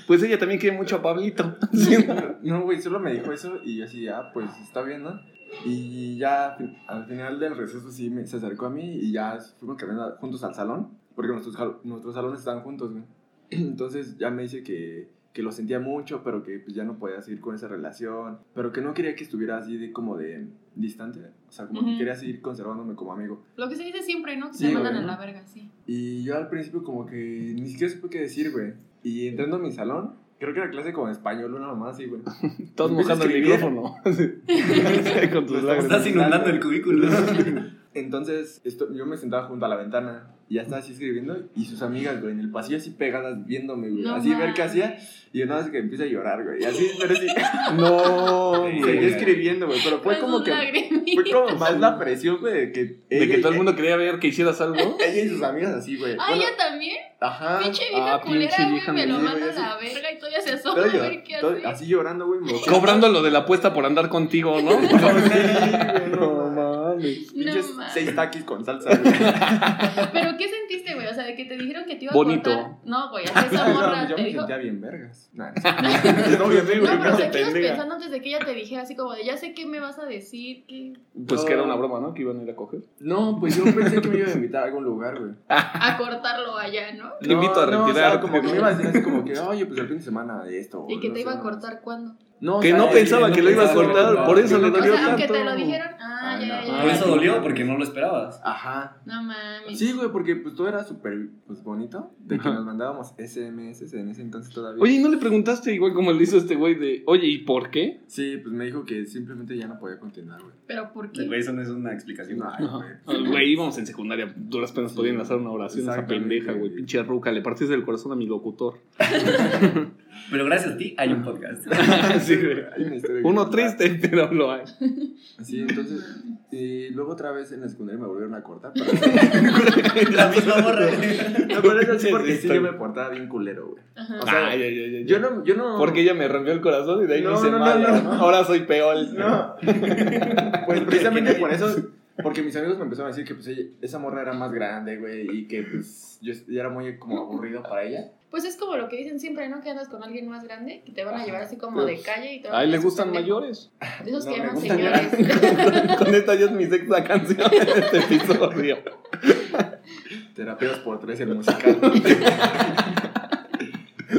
Speaker 1: Pues ella también quiere mucho a Pablito.
Speaker 2: [LAUGHS] No, güey, solo me dijo eso y yo así, ah, pues está bien, ¿no? Y ya fin- al final del receso sí me, se acercó a mí y ya fuimos caminando juntos al salón, porque nuestros, jal- nuestros salones estaban juntos, güey. [CLEARS THROAT] Entonces ya me dice que, que lo sentía mucho, pero que pues, ya no podía seguir con esa relación, pero que no quería que estuviera así de como de distante, o sea, como
Speaker 3: Ujú.
Speaker 2: que quería seguir conservándome como amigo.
Speaker 3: Lo que se dice siempre, ¿no? Que
Speaker 2: Sí,
Speaker 3: se mandan
Speaker 2: güey,
Speaker 3: a la
Speaker 2: ¿no?
Speaker 3: verga, sí.
Speaker 2: Y yo al principio como que ni siquiera supe qué decir, güey. Y entrando a mi salón, creo que era clase como de español, una mamá así, güey.
Speaker 1: Todos mojando el micrófono. [LAUGHS] Pues Sí. [LAUGHS] con tus lágrimas.
Speaker 4: Estás inundando el [LAUGHS] cubículo.
Speaker 2: Entonces, esto, yo me sentaba junto a la ventana y ya estaba así escribiendo y sus amigas, güey, en el pasillo así pegadas viéndome, güey,
Speaker 3: No
Speaker 2: así ver qué
Speaker 3: mames.
Speaker 2: hacía y yo nada más que empieza a llorar, güey, y así, pero sí,
Speaker 1: No,
Speaker 4: Sí.
Speaker 1: güey.
Speaker 2: seguí escribiendo, güey, pero fue
Speaker 3: Con
Speaker 2: como
Speaker 3: sus
Speaker 2: que,
Speaker 3: lagrimitas.
Speaker 2: fue como más la presión, güey, de que,
Speaker 1: De
Speaker 2: ella-
Speaker 1: que todo el mundo quería ver que hicieras algo.
Speaker 2: ella y sus amigas así, güey,
Speaker 3: Ah,
Speaker 2: bueno,
Speaker 3: ella también.
Speaker 2: ajá,
Speaker 3: Pinche vieja
Speaker 1: ah,
Speaker 3: culera,
Speaker 1: pinche
Speaker 3: güey.
Speaker 1: vieja
Speaker 3: Me lo
Speaker 2: mierda,
Speaker 3: manda a
Speaker 2: güey,
Speaker 3: la verga y todavía se asoma
Speaker 2: todo
Speaker 3: a
Speaker 2: llor-
Speaker 3: ver qué
Speaker 2: todo-
Speaker 3: hace.
Speaker 2: así llorando, güey, me
Speaker 1: Cobrando lo de la apuesta por andar contigo, [LAUGHS] ¿no?
Speaker 2: no, mames.
Speaker 1: mames.
Speaker 2: Pinches
Speaker 3: No mames.
Speaker 2: seis taquis con salsa, güey.
Speaker 3: Pero ¿qué sentiste, güey? O sea, de que te dijeron que te iba a
Speaker 1: Bonito.
Speaker 3: cortar. No,
Speaker 2: [LAUGHS]
Speaker 3: güey, así esa morra
Speaker 2: No, yo
Speaker 3: te
Speaker 2: me
Speaker 3: dijo.
Speaker 2: sentía bien vergas. Nah, no, obviamente,
Speaker 3: No,
Speaker 2: güey,
Speaker 3: pero o
Speaker 2: no.
Speaker 3: sea, ¿qué ibas
Speaker 1: pendeja.
Speaker 3: pensando antes de que ella te dijera así como de ya sé qué me vas a decir? ¿qué?
Speaker 1: Pues que era una broma, ¿no? Que iban a ir a coger.
Speaker 2: No, pues yo pensé que me iba a invitar a algún lugar, güey.
Speaker 3: A cortarlo allá,
Speaker 2: [LAUGHS]
Speaker 3: ¿no?
Speaker 1: Te invito a
Speaker 2: o sea,
Speaker 1: retirarte.
Speaker 2: como que me iba a decir así
Speaker 1: [LAUGHS]
Speaker 2: como que, oye, pues el fin de semana de esto.
Speaker 3: Y
Speaker 2: güey,
Speaker 3: que
Speaker 2: no
Speaker 3: te iba
Speaker 2: sé,
Speaker 3: a cortar cuándo.
Speaker 2: No,
Speaker 1: Que
Speaker 2: o sea,
Speaker 1: no
Speaker 2: él-
Speaker 1: pensaba
Speaker 2: él
Speaker 1: que lo iba a cortar,
Speaker 2: no,
Speaker 1: por eso
Speaker 2: yo
Speaker 1: le
Speaker 2: no
Speaker 3: O
Speaker 1: dolió
Speaker 3: sea,
Speaker 2: pensaba.
Speaker 3: aunque te
Speaker 1: tanto.
Speaker 3: lo dijeron. Ah,
Speaker 2: Ay,
Speaker 3: ya,
Speaker 2: no.
Speaker 3: ya,
Speaker 4: Por
Speaker 3: ya.
Speaker 4: eso dolió, porque no lo esperabas.
Speaker 2: Ajá.
Speaker 3: No mames.
Speaker 2: Sí, güey, porque pues todo era súper pues, bonito de que
Speaker 1: Ajá.
Speaker 2: nos mandábamos SMS en ese entonces todavía.
Speaker 1: Oye, ¿y no le preguntaste igual como le hizo este güey de, oye, ¿y por qué?
Speaker 2: Sí, pues me dijo que simplemente ya no podía continuar, güey.
Speaker 3: Pero ¿por qué?
Speaker 4: Güey, eso no es una explicación.
Speaker 1: [LAUGHS]
Speaker 2: Ay, güey.
Speaker 1: Ajá. Ah, Güey, íbamos en secundaria, duras penas podían hacer una oración a esa
Speaker 2: Exactamente,
Speaker 1: pendeja, güey.
Speaker 2: güey.
Speaker 1: Pinche ruca, le partiste el corazón a mi
Speaker 2: [LAUGHS]
Speaker 1: locutor.
Speaker 4: Pero gracias a ti hay un [LAUGHS] podcast.
Speaker 1: Ah, sí, güey.
Speaker 2: Hay una historia que
Speaker 1: Uno
Speaker 2: contar.
Speaker 1: triste, pero lo hay.
Speaker 2: Sí, entonces. Y luego otra vez en la secundaria me volvieron a cortar.
Speaker 1: [LAUGHS]
Speaker 2: Pero...
Speaker 4: La misma [LAUGHS] morra.
Speaker 2: No, pero eso sí,
Speaker 1: Sí,
Speaker 2: porque
Speaker 1: sí,
Speaker 2: sí
Speaker 1: está
Speaker 2: yo me
Speaker 1: bien.
Speaker 2: portaba bien culero, güey.
Speaker 3: Ajá.
Speaker 2: O sea,
Speaker 1: Ay, ay, ay, ay,
Speaker 2: Yo
Speaker 1: ay.
Speaker 2: no, yo no.
Speaker 1: Porque ella me rompió el corazón y de ahí
Speaker 2: No,
Speaker 1: me hice
Speaker 2: no, no,
Speaker 1: mala.
Speaker 2: no.
Speaker 1: Ahora soy peor.
Speaker 2: No. pues precisamente por eso. Porque mis amigos me empezaron a decir que pues ella- esa morra era más grande, güey, y que pues yo ya era muy como aburrido para ella.
Speaker 3: Pues es como lo que dicen siempre, ¿no? Que andas con alguien más grande, que te van a llevar así como de calle y te van a
Speaker 1: Ahí Pues, le
Speaker 3: hacer
Speaker 1: gustan
Speaker 3: pendejo.
Speaker 2: [LAUGHS]
Speaker 1: mayores.
Speaker 3: De esos
Speaker 2: No,
Speaker 3: que
Speaker 2: me
Speaker 3: llaman
Speaker 2: gustan
Speaker 1: [LAUGHS]
Speaker 3: señores.
Speaker 1: Con esta ya es mi sexta canción de este episodio.
Speaker 2: Terapeos por tres el musical.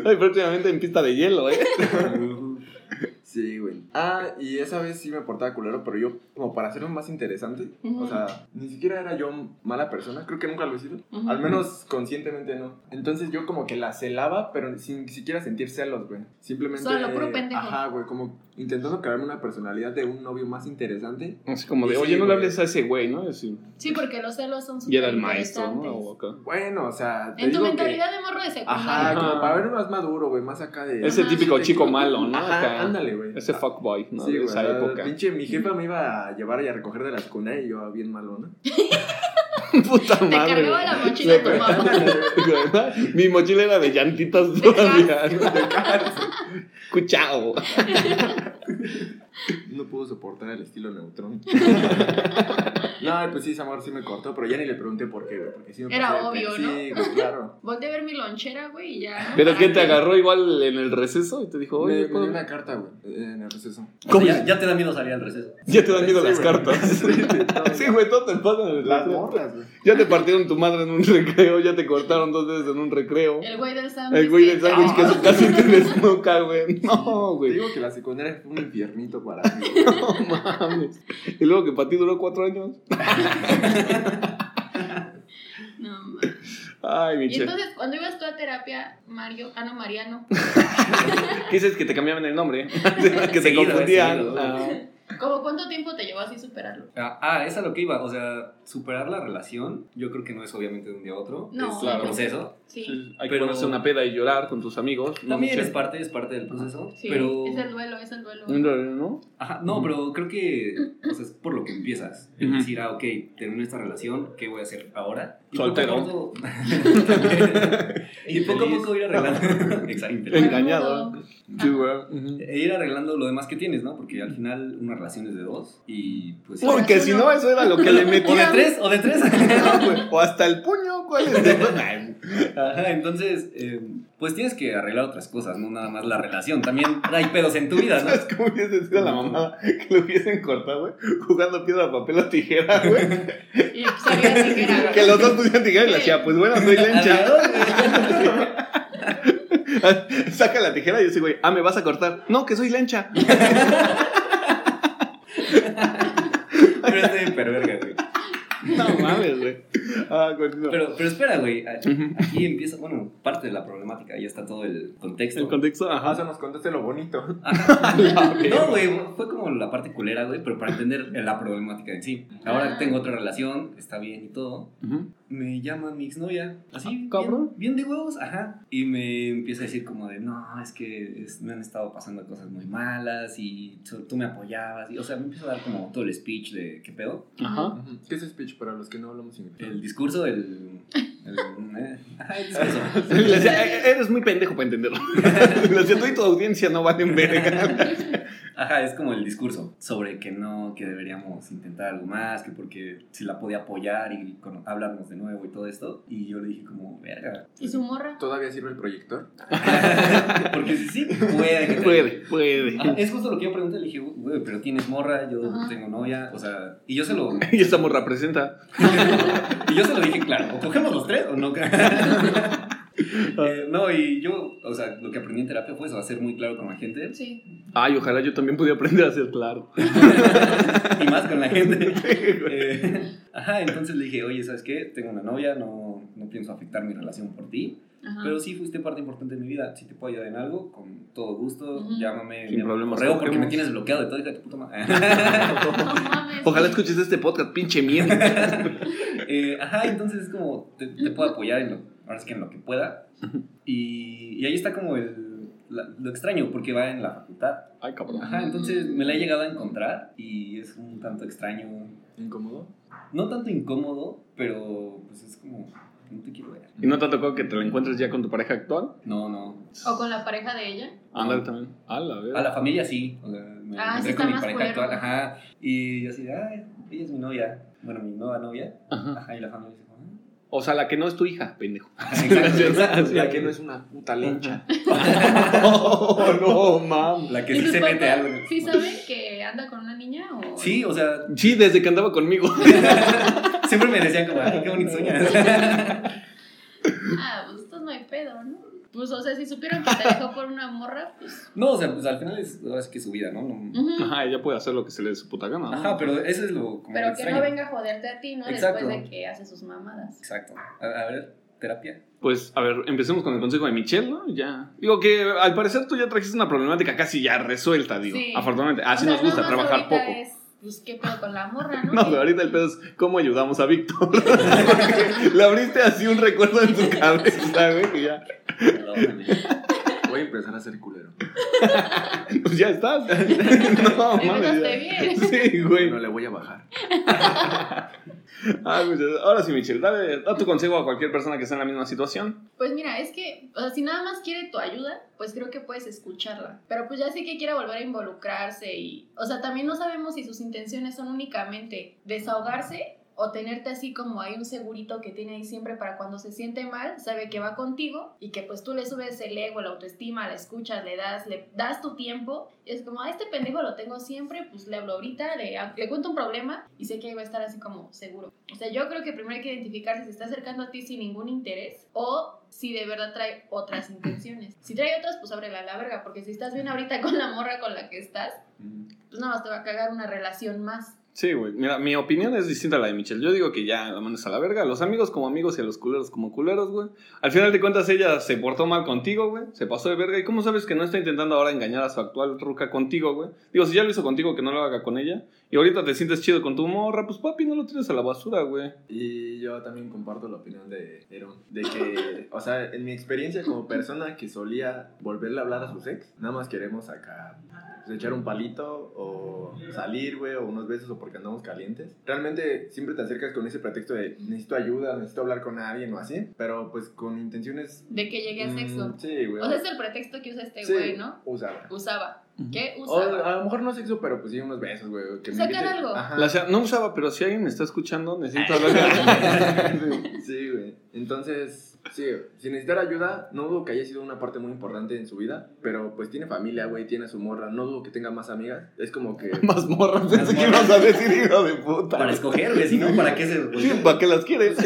Speaker 1: Ay, próximamente en pista de hielo, ¿eh?
Speaker 2: Sí, güey. Ah, y esa vez sí me portaba culero, pero yo, como para hacerlo más interesante,
Speaker 3: Ujú.
Speaker 2: o sea, ni siquiera era yo mala persona, creo que nunca lo he sido.
Speaker 3: Ujú.
Speaker 2: Al menos conscientemente no. Entonces yo como que la celaba, pero sin siquiera sentir celos, güey. Simplemente.
Speaker 3: Solo, puro pendejo.
Speaker 2: Ajá, güey, como intentando crearme una personalidad de un novio más interesante.
Speaker 1: Así como de,
Speaker 2: Sí,
Speaker 1: oye, no le
Speaker 2: güey.
Speaker 1: hables a ese güey, ¿no? Así,
Speaker 3: Sí, porque los celos son súper
Speaker 1: y era el maestro, ¿no? O
Speaker 3: interesantes.
Speaker 1: acá.
Speaker 2: Bueno, o sea, te
Speaker 3: En tu
Speaker 2: digo que-
Speaker 3: mentalidad de morro de secundaria.
Speaker 2: Ajá,
Speaker 1: Ajá.
Speaker 2: como para ver más maduro, güey, más acá de.
Speaker 1: Ese
Speaker 3: Ajá.
Speaker 1: típico chico malo, ¿no?
Speaker 2: Ajá,
Speaker 1: Acá.
Speaker 2: ándale, güey.
Speaker 1: Ese fuckboy, ¿no?
Speaker 2: Sí,
Speaker 1: de
Speaker 2: güey.
Speaker 1: esa
Speaker 2: o sea,
Speaker 1: época. [LAUGHS]
Speaker 2: Pinche, mi jefa me iba a llevar y a recoger de la secundaria y yo bien malo, ¿no?
Speaker 1: Puta
Speaker 3: Te
Speaker 1: madre.
Speaker 3: cargaba la mochila de tu mamá. [LAUGHS]
Speaker 1: [LAUGHS] mamá. Mi mochila era de llantitas todavía. Cuchao.
Speaker 2: No pudo soportar el estilo
Speaker 3: [LAUGHS]
Speaker 2: neutrón. no, pues sí, ese amor sí me cortó, pero ya ni le pregunté por qué, güey. Porque sí me
Speaker 3: Era
Speaker 2: pasé de
Speaker 3: obvio,
Speaker 2: pe-
Speaker 3: ¿no?
Speaker 2: Sí, güey, claro.
Speaker 3: Volté a ver mi lonchera, güey, y ya. ¿no?
Speaker 1: ¿Pero qué
Speaker 3: Para
Speaker 1: te
Speaker 3: que-
Speaker 1: agarró igual en el receso? Y te dijo, [LAUGHS]
Speaker 2: Me,
Speaker 1: oye,
Speaker 2: me dio
Speaker 1: ¿puedo-
Speaker 2: una carta, güey, en el receso.
Speaker 1: ¿Cómo?
Speaker 4: Ya, ya te da miedo salir al [LAUGHS] receso.
Speaker 1: ya te dan miedo las
Speaker 2: Sí, güey.
Speaker 1: cartas.
Speaker 2: [LAUGHS] Sí, güey, todo.
Speaker 1: Sí, güey, todo te pasa en el
Speaker 2: Las
Speaker 1: recreo.
Speaker 2: morras, güey.
Speaker 1: Ya te partieron tu madre en un [LAUGHS] recreo, ya te cortaron dos veces en un recreo.
Speaker 3: El güey del sándwich.
Speaker 1: El güey
Speaker 3: que-
Speaker 1: del sándwich que
Speaker 3: Ah.
Speaker 1: su casi te desnuca, [LAUGHS] güey. No,
Speaker 2: Te
Speaker 1: güey.
Speaker 2: digo que la secundaria fue un infiernito para mí. güey.
Speaker 1: No mames. Y luego que para ti duró cuatro años.
Speaker 3: [LAUGHS] No, mames.
Speaker 1: Ay,
Speaker 3: Y
Speaker 1: Michelle.
Speaker 3: entonces, cuando ibas tú a terapia, Mario, ah, no, Mariano,
Speaker 1: ¿Qué dices que te cambiaban el [LAUGHS] nombre? que se
Speaker 4: Seguido, eh,
Speaker 1: confundían.
Speaker 4: seguido.
Speaker 1: Ah.
Speaker 3: ¿cómo, ¿cuánto tiempo te llevó así superarlo?
Speaker 4: Ah, ah, es a lo que iba. O sea, superar la relación, yo creo que no es obviamente de un día a otro.
Speaker 3: No.
Speaker 4: es
Speaker 1: Claro.
Speaker 4: un proceso.
Speaker 3: Sí,
Speaker 1: Hay que
Speaker 4: Pero-
Speaker 1: ponerse una peda y llorar con tus amigos. ¿no,
Speaker 4: También es
Speaker 1: Michelle?
Speaker 4: parte, es parte del proceso.
Speaker 3: sí,
Speaker 4: pero...
Speaker 3: es el duelo, es el duelo.
Speaker 1: Un dolor, ¿no?
Speaker 4: Ajá, no,
Speaker 1: Ujú.
Speaker 4: pero creo que o sea, es por lo que empiezas. Es
Speaker 1: Ujú.
Speaker 4: decir, ah, ok, termino esta relación, ¿qué voy a hacer ahora? Y
Speaker 1: Soltero. [LAUGHS]
Speaker 4: poco a poco- y poco a poco ir arreglando. Exacto.
Speaker 3: Bueno,
Speaker 1: Engañado.
Speaker 3: no.
Speaker 1: Sí, güey. Ujú.
Speaker 4: E ir arreglando lo demás que tienes, ¿no? Porque al final una relación es de dos y pues...
Speaker 3: Uy,
Speaker 1: Porque si no, eso era lo [LAUGHS] que le
Speaker 4: o de
Speaker 1: metían.
Speaker 4: tres, o de
Speaker 1: [LAUGHS]
Speaker 4: tres.
Speaker 1: No, güey. O hasta el puño, [LAUGHS] ¿cuál es? Ay,
Speaker 4: Ajá, entonces, eh, pues tienes que arreglar otras cosas, no nada más la relación. También hay pedos en tu vida,
Speaker 1: [LAUGHS]
Speaker 4: ¿no?
Speaker 1: ¿Sabes cómo hubiese sido la mamada que lo hubiesen cortado, güey? Jugando piedra, papel o tijera, güey.
Speaker 3: Y pues, sabía
Speaker 1: [LAUGHS]
Speaker 3: que era.
Speaker 1: Que los dos pusieran tijera y le hacía, pues bueno, soy [LAUGHS] lencha. [LAUGHS]
Speaker 4: Adiós.
Speaker 1: Saca la tijera y dice, güey, ah, me vas a cortar. No, que soy lencha.
Speaker 4: [LAUGHS] Pero es de perverga, güey.
Speaker 1: [LAUGHS] No mames, güey. Ah, continúa.
Speaker 4: Pero, pero espera, güey. a-
Speaker 1: Ujú.
Speaker 4: Aquí empieza, bueno, parte de la problemática, ahí está todo el contexto.
Speaker 1: El contexto,
Speaker 2: Ah, o
Speaker 1: ajá.
Speaker 2: sea, nos contaste lo bonito.
Speaker 4: Ajá.
Speaker 1: No,
Speaker 4: No, güey, fue como la parte culera, güey, pero para entender la problemática en sí. Ahora
Speaker 3: Ah.
Speaker 4: tengo otra relación, está bien y todo.
Speaker 1: Ujú.
Speaker 4: Me llama mi exnovia, así,
Speaker 1: Ah,
Speaker 4: bien-
Speaker 1: cabrón.
Speaker 4: Bien, de huevos, ajá. Y me empieza a decir como de, no, es que es- me han estado pasando cosas muy malas y tú, tú me apoyabas. Y, o sea, me empieza a dar como todo el speech de qué pedo.
Speaker 1: Ajá. [LAUGHS]
Speaker 2: ¿Qué es speech para los que no hablamos inglés?
Speaker 4: El discurso, el... el [LAUGHS] eh, ajá, el discurso.
Speaker 1: Le decía, "E- eres muy pendejo para entenderlo. [LAUGHS] Lo siento, tú y tu audiencia no valen verga.
Speaker 4: Ajá, es como el discurso sobre que no, que deberíamos intentar algo más, que porque si la podía apoyar y con- hablarnos de nuevo y todo esto. Y yo le dije como, verga.
Speaker 3: Y su morra.
Speaker 2: ¿Todavía sirve el proyector?
Speaker 4: [LAUGHS] porque sí, sí, puede. que-
Speaker 1: Puede, puede.
Speaker 4: Ajá, es justo lo que yo pregunté, le dije, güey, pero tienes morra, yo
Speaker 3: Ajá.
Speaker 4: tengo novia, o sea, y yo se lo,
Speaker 1: Y esta morra presenta.
Speaker 4: y yo se lo dije, claro, o cogemos los tres o no. [LAUGHS] Eh, no, y yo, o sea, lo que aprendí en terapia fue eso, a ser muy claro con la gente,
Speaker 3: Sí.
Speaker 1: Ay, ojalá yo también pudiera aprender a ser claro.
Speaker 4: [LAUGHS] y más con la gente. Eh, ajá, entonces le dije, oye, ¿sabes qué? Tengo una novia, no, no pienso afectar mi relación por ti,
Speaker 3: Ajá. [LAUGHS]
Speaker 4: pero sí fuiste parte importante de mi vida. Si te puedo ayudar en algo, con todo gusto,
Speaker 3: Ujú.
Speaker 4: llámame.
Speaker 1: Sin
Speaker 4: envíame
Speaker 1: problemas,
Speaker 4: Correo porque me
Speaker 1: cogemos.
Speaker 4: tienes bloqueado de todo, hija de tu puta
Speaker 1: [LAUGHS]
Speaker 4: madre.
Speaker 3: No mames.
Speaker 1: Ojalá escuches este podcast, pinche mierda.
Speaker 4: [LAUGHS] Eh, ajá, entonces es como, te, te puedo apoyar en lo, ahora es que en lo que pueda. Y, y ahí está como el, la- lo extraño, porque va en la facultad.
Speaker 1: Ay, cabrón.
Speaker 4: Ajá, entonces me la he llegado a encontrar y es un tanto extraño
Speaker 2: ¿Incómodo?
Speaker 4: no tanto incómodo, pero pues es como, no te quiero ver.
Speaker 1: ¿Y no te tocó que te la encuentres ya con tu pareja actual?
Speaker 4: No, no.
Speaker 3: O con la pareja de ella.
Speaker 1: Ándale también. A la verga.
Speaker 4: A la familia sí. O sea, me
Speaker 3: Ah, sí
Speaker 4: encontré
Speaker 3: está
Speaker 4: con mi
Speaker 3: más
Speaker 4: pareja
Speaker 3: culero.
Speaker 4: actual, ajá. Y yo así, de, ay, ella es mi novia. Bueno, mi nueva novia.
Speaker 1: Ajá.
Speaker 4: Ajá, y la familia dice, "Ah".
Speaker 1: O sea, la que no es tu hija, pendejo. [LAUGHS]
Speaker 4: Ajá, exacto, exacto.
Speaker 1: Sí,
Speaker 2: La
Speaker 1: sí.
Speaker 2: que no es una puta lencha.
Speaker 1: Oh, [LAUGHS] no, mam.
Speaker 4: La que
Speaker 3: ¿Y
Speaker 4: sí
Speaker 3: tus
Speaker 4: se mete
Speaker 3: papás
Speaker 4: algo.
Speaker 3: ¿Sí saben que anda con una niña? O...
Speaker 4: Sí, o sea,
Speaker 1: Sí, desde que andaba conmigo. [LAUGHS]
Speaker 4: siempre me decían como, ay, qué bonito
Speaker 3: [LAUGHS]
Speaker 4: sueñas.
Speaker 3: Ah, pues esto no hay pedo, ¿no? Pues, o sea, si supieron que te dejó por una morra, pues.
Speaker 4: No, o sea, pues al final es, ahora sí que es su vida, ¿no? No-
Speaker 3: ujú.
Speaker 1: Ajá, ella puede hacer lo que se le dé su puta gana. ¿no?
Speaker 4: Ajá, pero eso es lo como
Speaker 3: Pero
Speaker 4: lo
Speaker 3: que
Speaker 4: extraño.
Speaker 3: no venga a joderte a ti, ¿no?
Speaker 4: Exacto.
Speaker 3: Después de que hace sus mamadas.
Speaker 4: Exacto. A, a ver,
Speaker 3: [LAUGHS]
Speaker 4: terapia.
Speaker 1: Pues, a ver, empecemos con el consejo de Michelle, ¿no? Ya. Digo que al parecer tú ya trajiste una problemática casi ya resuelta, digo.
Speaker 3: Sí.
Speaker 1: Afortunadamente. Así
Speaker 3: O sea,
Speaker 1: nos gusta,
Speaker 3: nada más
Speaker 1: trabajar
Speaker 3: ahorita
Speaker 1: poco.
Speaker 3: es, pues qué pedo con la morra, ¿no?
Speaker 1: No, pero ahorita el pedo es cómo ayudamos a Víctor.
Speaker 3: [LAUGHS]
Speaker 1: [LAUGHS] Porque le abriste así un recuerdo en su cabeza, güey, que ya.
Speaker 4: Perdóname.
Speaker 2: Voy a empezar a ser culero.
Speaker 1: Pues ya estás. [LAUGHS] No, mames.
Speaker 3: Empezaste
Speaker 1: ya.
Speaker 3: bien.
Speaker 1: Sí, güey.
Speaker 2: No le voy a bajar.
Speaker 1: Ay, pues, ahora sí, Michelle, dale, da tu consejo a cualquier persona que esté en la misma situación.
Speaker 3: Pues mira, es que, o sea, si nada más quiere tu ayuda, pues creo que puedes escucharla. Pero pues ya sé que quiere volver a involucrarse y, o sea, también no sabemos si sus intenciones son únicamente desahogarse o tenerte así como hay un segurito que tiene ahí siempre para cuando se siente mal, sabe que va contigo y que pues tú le subes el ego, la autoestima, la escuchas, le das, le das tu tiempo. Y es como, a este pendejo lo tengo siempre, pues le hablo ahorita, le, le cuento un problema y sé que ahí va a estar así como seguro. O sea, yo creo que primero hay que identificar si se está acercando a ti sin ningún interés o si de verdad trae otras intenciones. Si trae otras, pues ábrela a la verga, porque si estás bien ahorita con la morra con la que estás, pues nada más te va a cagar una relación más.
Speaker 1: Sí, güey. Mira, mi opinión es distinta a la de Michelle. Yo digo que ya la mandas a la verga. A los amigos como amigos y a los culeros como culeros, güey. Al final de cuentas, ella se portó mal contigo, güey. Se pasó de verga. ¿Y cómo sabes que no está intentando ahora engañar a su actual ruca contigo, güey? Digo, si ya lo hizo contigo, que no lo haga con ella. Y ahorita te sientes chido con tu morra, pues papi, no lo tires a la basura, güey.
Speaker 2: Y yo también comparto la opinión de Aaron, de que, o sea, en mi experiencia como persona que solía volverle a hablar a sus ex, nada más queremos acá pues, echar un palito o salir, güey, o unos besos o porque andamos calientes. Realmente siempre te acercas con ese pretexto de necesito ayuda, necesito hablar con alguien o así, pero pues con intenciones...
Speaker 3: De que llegué a
Speaker 2: mm,
Speaker 3: sexo.
Speaker 2: sí, güey.
Speaker 3: O sea, es el pretexto que usa este
Speaker 2: Sí,
Speaker 3: güey, ¿no?
Speaker 2: úsala.
Speaker 3: Usaba. ¿Qué
Speaker 2: O
Speaker 3: usaba?
Speaker 2: a lo mejor no sexo, pero pues sí unos besos, güey. que me
Speaker 3: Sacar
Speaker 2: invite-
Speaker 3: algo.
Speaker 4: Ah.
Speaker 2: Ajá.
Speaker 1: La sea- no usaba, pero si alguien me está escuchando, necesito
Speaker 4: [LAUGHS]
Speaker 1: hablar con
Speaker 2: [LAUGHS] Sí, güey. Entonces, sí, sin necesitar ayuda, no dudo que haya sido una parte muy importante en su vida, pero pues tiene familia, güey, tiene a su morra, no dudo que tenga más amigas. Es como [LAUGHS] que...
Speaker 1: Más morra, pensé
Speaker 4: Más
Speaker 1: que
Speaker 4: morra.
Speaker 1: ibas a decir hijo de puta.
Speaker 4: Para escoger, güey, si no, ¿para qué se
Speaker 1: Sí, ¿Para qué las quieres?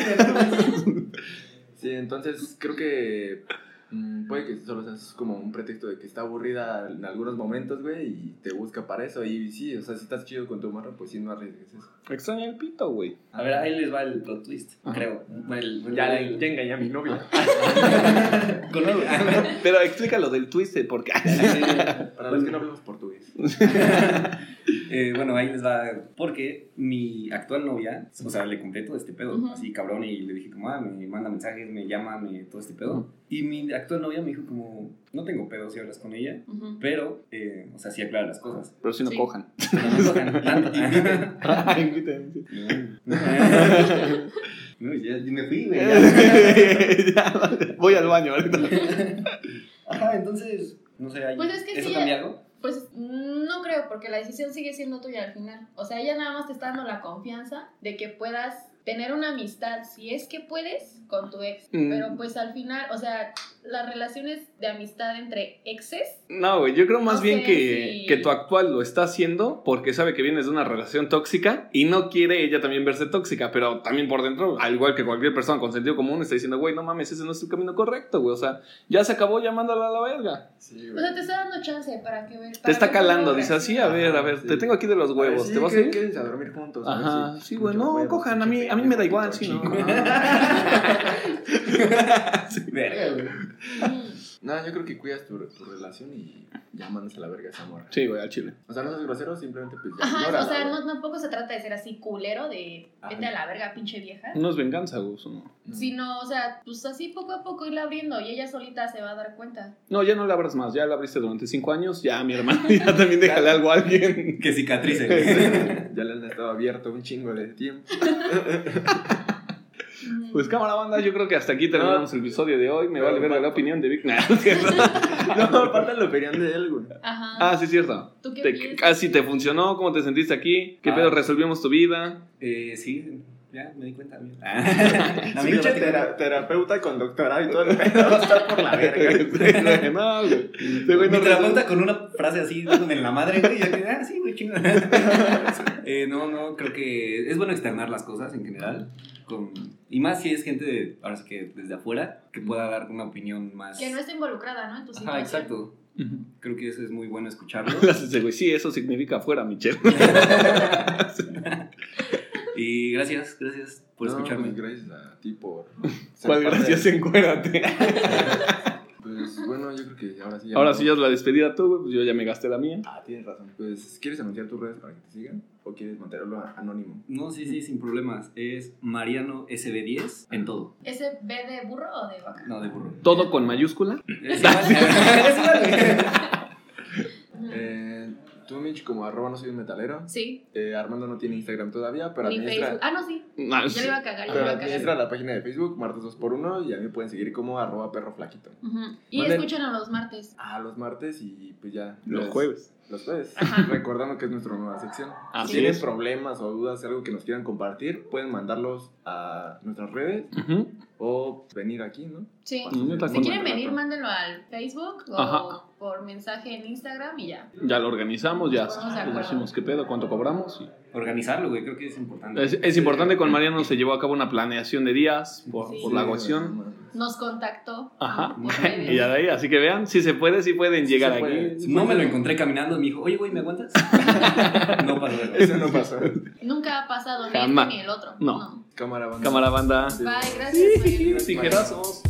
Speaker 2: Sí, entonces creo que mm, puede que solo seas como un pretexto de que está aburrida en algunos momentos, güey, y te busca para eso. Y sí, o sea, si estás chido con tu morra, pues sí, no arriesgues eso.
Speaker 1: Extraña el pito, güey.
Speaker 4: A ver, ahí les va el plot twist,
Speaker 1: Ajá.
Speaker 4: creo. El-
Speaker 2: Ya,
Speaker 4: el-
Speaker 2: le- ya engañé a mi novia. [LAUGHS]
Speaker 4: Con algo. [LAUGHS]
Speaker 1: Pero explica lo del twist, porque
Speaker 2: Para los que no hablamos portugués.
Speaker 4: Eh, bueno, ahí les va. Porque mi actual novia, o sea, le compré todo este pedo,
Speaker 3: Ujú.
Speaker 4: así cabrón, y le dije como, ah, me manda mensajes, me llama, me, todo este pedo. Y mi actual novia me dijo como, no tengo pedo si hablas con ella,
Speaker 3: Ujú.
Speaker 4: pero, eh, o sea, sí aclara las cosas.
Speaker 1: [LAUGHS]
Speaker 4: [LAUGHS]
Speaker 1: Pero si no
Speaker 3: Sí.
Speaker 1: cojan.
Speaker 4: No me cojan [LAUGHS] tanto.
Speaker 1: [LAUGHS] Inviten.
Speaker 4: No, ya, ya me fui, güey.
Speaker 1: Ya, [LAUGHS] Voy al baño ahorita.
Speaker 4: [LAUGHS] Ajá, entonces, no sé, ahí,
Speaker 3: Pues es que
Speaker 4: ¿eso
Speaker 3: sí,
Speaker 4: cambia algo?
Speaker 3: Pues no creo, porque la decisión sigue siendo tuya al final. O sea, ella nada más te está dando la confianza de que puedas tener una amistad, si es que puedes, con tu ex.
Speaker 1: Mm.
Speaker 3: Pero pues al final, o sea, las relaciones de amistad entre exes,
Speaker 1: No, güey, yo creo más
Speaker 3: No
Speaker 1: bien
Speaker 3: sé
Speaker 1: que,
Speaker 3: si-
Speaker 1: que tu actual lo está haciendo porque sabe que vienes de una relación tóxica y no quiere ella también verse tóxica, pero también por dentro, al igual que cualquier persona con sentido común, está diciendo, güey, no mames, ese no es el camino correcto, güey. O sea, ya se acabó llamándola a la verga.
Speaker 2: Sí,
Speaker 3: o
Speaker 2: güey.
Speaker 3: sea, te está dando chance para que ver.
Speaker 1: Te
Speaker 3: para
Speaker 1: está
Speaker 3: ver cómo
Speaker 1: calando, dice así, a ver, a ver,
Speaker 2: Sí.
Speaker 1: te tengo aquí de los
Speaker 2: A ver,
Speaker 1: huevos,
Speaker 2: sí,
Speaker 1: ¿te vas a
Speaker 2: que-
Speaker 1: ir?
Speaker 2: quédense a dormir juntos. a ver
Speaker 1: Ajá,
Speaker 2: si-
Speaker 1: sí, güey,
Speaker 2: mucho
Speaker 1: no,
Speaker 2: huevo,
Speaker 1: cojan, a
Speaker 2: mucho
Speaker 1: mí, a mí
Speaker 2: pendejo,
Speaker 1: me da igual,
Speaker 2: mucho
Speaker 1: sí, ¿no?
Speaker 2: chico.
Speaker 1: [LAUGHS]
Speaker 4: [LAUGHS] Verga, güey.
Speaker 3: reaccionas.
Speaker 2: No, yo creo que cuidas tu, tu relación y ya mandas a la verga esa morra.
Speaker 1: Sí, güey, al chile.
Speaker 2: O sea, no seas grosero, simplemente pues ya.
Speaker 3: Ajá,
Speaker 2: ignórala,
Speaker 3: o sea,
Speaker 2: güey.
Speaker 3: no, tampoco se trata de ser así culero, de vete
Speaker 2: Ajá.
Speaker 3: a la verga, pinche vieja.
Speaker 1: No es venganza, güey. eso no.
Speaker 2: No.
Speaker 3: Sino, o sea, pues así poco a poco irla abriendo y ella solita se va a dar cuenta.
Speaker 1: No, ya no la abras más, ya la abriste durante cinco años, ya mi hermano, [LAUGHS] ya también déjale algo a alguien.
Speaker 4: Que cicatrice, güey.
Speaker 2: [LAUGHS] Ya le han estado abierto un chingo
Speaker 1: [LAUGHS]
Speaker 2: de tiempo.
Speaker 3: Mm.
Speaker 1: Pues cámara banda, yo creo que hasta aquí terminamos el episodio de hoy. Me
Speaker 2: Pero
Speaker 1: vale ver la
Speaker 2: falta-
Speaker 1: opinión de Vic. Nah, no es cierto.
Speaker 2: No, falta la opinión de él, güey.
Speaker 3: Ajá.
Speaker 1: ah, sí es cierto.
Speaker 3: ¿Tú qué
Speaker 1: Te-
Speaker 3: piensas?
Speaker 1: casi te funcionó, ¿cómo te sentiste aquí? ¿Qué
Speaker 4: Ah.
Speaker 1: pedo resolvimos tu vida?
Speaker 4: Eh, sí, ya me di cuenta. [LAUGHS] amigo.
Speaker 2: La pinche
Speaker 4: Amigo, ya te di cuenta.
Speaker 2: tera- terapeuta con doctorado y todo [LAUGHS] el pedo va a estar por la
Speaker 1: [LAUGHS]
Speaker 2: verga.
Speaker 4: [LAUGHS]
Speaker 1: no, güey. Este güey no
Speaker 4: Mi terapeuta
Speaker 1: resuelve-
Speaker 4: con una frase así, dándome en la madre, güey, ya que, ah, sí, güey, chingo. [LAUGHS] Eh, no, no, creo que es bueno externar las cosas en general. Con, y más si es gente, de, ahora sí que desde afuera, que pueda dar una opinión más.
Speaker 3: Que no está involucrada, ¿no? En tu
Speaker 4: Ajá,
Speaker 3: situación.
Speaker 4: exacto.
Speaker 1: Ujú.
Speaker 4: Creo que eso es muy bueno [LAUGHS] escucharlo.
Speaker 1: Ese güey, sí, eso significa afuera, Michelle.
Speaker 4: y gracias, gracias por
Speaker 2: No,
Speaker 4: escucharme.
Speaker 2: pues, gracias a ti por. ser
Speaker 1: [LAUGHS] ¿Cuál
Speaker 2: parte
Speaker 1: gracias?
Speaker 2: de-
Speaker 1: Encuérdate.
Speaker 2: Pues bueno, yo creo que ahora sí.
Speaker 1: [LAUGHS]
Speaker 2: ya
Speaker 1: Ahora
Speaker 2: no-
Speaker 1: sí ya es la despedida tú, güey, pues yo ya me gasté la mía.
Speaker 2: Ah, tienes razón. Pues, ¿quieres anunciar tus redes para que te sigan? ¿O quieres mantenerlo a- anónimo?
Speaker 4: No, sí, sí, sin problemas. Es Mariano SB10 en todo.
Speaker 3: ¿Ese B de burro o de vaca?
Speaker 4: No,
Speaker 1: [LAUGHS]
Speaker 4: de burro.
Speaker 1: Todo con mayúscula.
Speaker 4: Es igual, es igual, güey.
Speaker 3: Ujú.
Speaker 2: Eh, tú, Mitch, como arroba no soy un metalero.
Speaker 3: sí,
Speaker 2: Eh, Armando no tiene Instagram todavía, pero
Speaker 3: ni
Speaker 2: administra,
Speaker 3: Facebook. Ah, no, sí.
Speaker 1: No,
Speaker 3: Ya le iba a cagar, ya le
Speaker 2: pero
Speaker 3: iba a
Speaker 2: administra
Speaker 3: cagar.
Speaker 2: la página de Facebook, martes 2x1, y a mí me pueden seguir como arroba perro flaquito.
Speaker 3: Ujú. Y
Speaker 2: Manden-
Speaker 3: escúchenlo los martes.
Speaker 2: Ah, los martes y pues ya.
Speaker 1: Los
Speaker 2: les-
Speaker 1: jueves.
Speaker 2: Los jueves.
Speaker 3: Ajá.
Speaker 2: Recordando que es nuestra nueva sección.
Speaker 1: Así
Speaker 2: si tienen
Speaker 1: es.
Speaker 2: problemas o dudas, algo que nos quieran compartir, pueden mandarlos a nuestras redes
Speaker 1: Ujú.
Speaker 2: o venir aquí, ¿no?
Speaker 3: Sí.
Speaker 1: Neta,
Speaker 3: Si
Speaker 1: con-
Speaker 3: quieren venir, mándenlo al Facebook o
Speaker 1: Ajá.
Speaker 3: por mensaje en Instagram y ya.
Speaker 1: Ya lo organizamos, ya
Speaker 3: Nos ponemos de
Speaker 1: les
Speaker 3: acuerdo.
Speaker 1: decimos qué pedo, cuánto cobramos. y-
Speaker 4: Organizarlo, güey, creo que es importante. Eh,
Speaker 1: Es, es importante, con Mariano se llevó a cabo una planeación de días por,
Speaker 3: Sí.
Speaker 1: por la cuestión.
Speaker 3: Nos contactó.
Speaker 1: Ajá.
Speaker 3: Por
Speaker 1: [LAUGHS]
Speaker 3: redes.
Speaker 1: Y ya de ahí, así que vean, si se puede, si pueden
Speaker 2: Sí
Speaker 1: llegar
Speaker 2: se
Speaker 1: aquí.
Speaker 2: puede.
Speaker 4: No me lo encontré caminando, me dijo, oye, güey, ¿me aguantas? [LAUGHS] no pasó de
Speaker 2: Eso no pasó.
Speaker 3: Nunca ha pasado ni
Speaker 1: Jamás.
Speaker 3: este ni el otro.
Speaker 1: No.
Speaker 2: Cámara, banda.
Speaker 1: Cámara banda.
Speaker 3: Bye, gracias. Mariana.
Speaker 1: Tijerazos.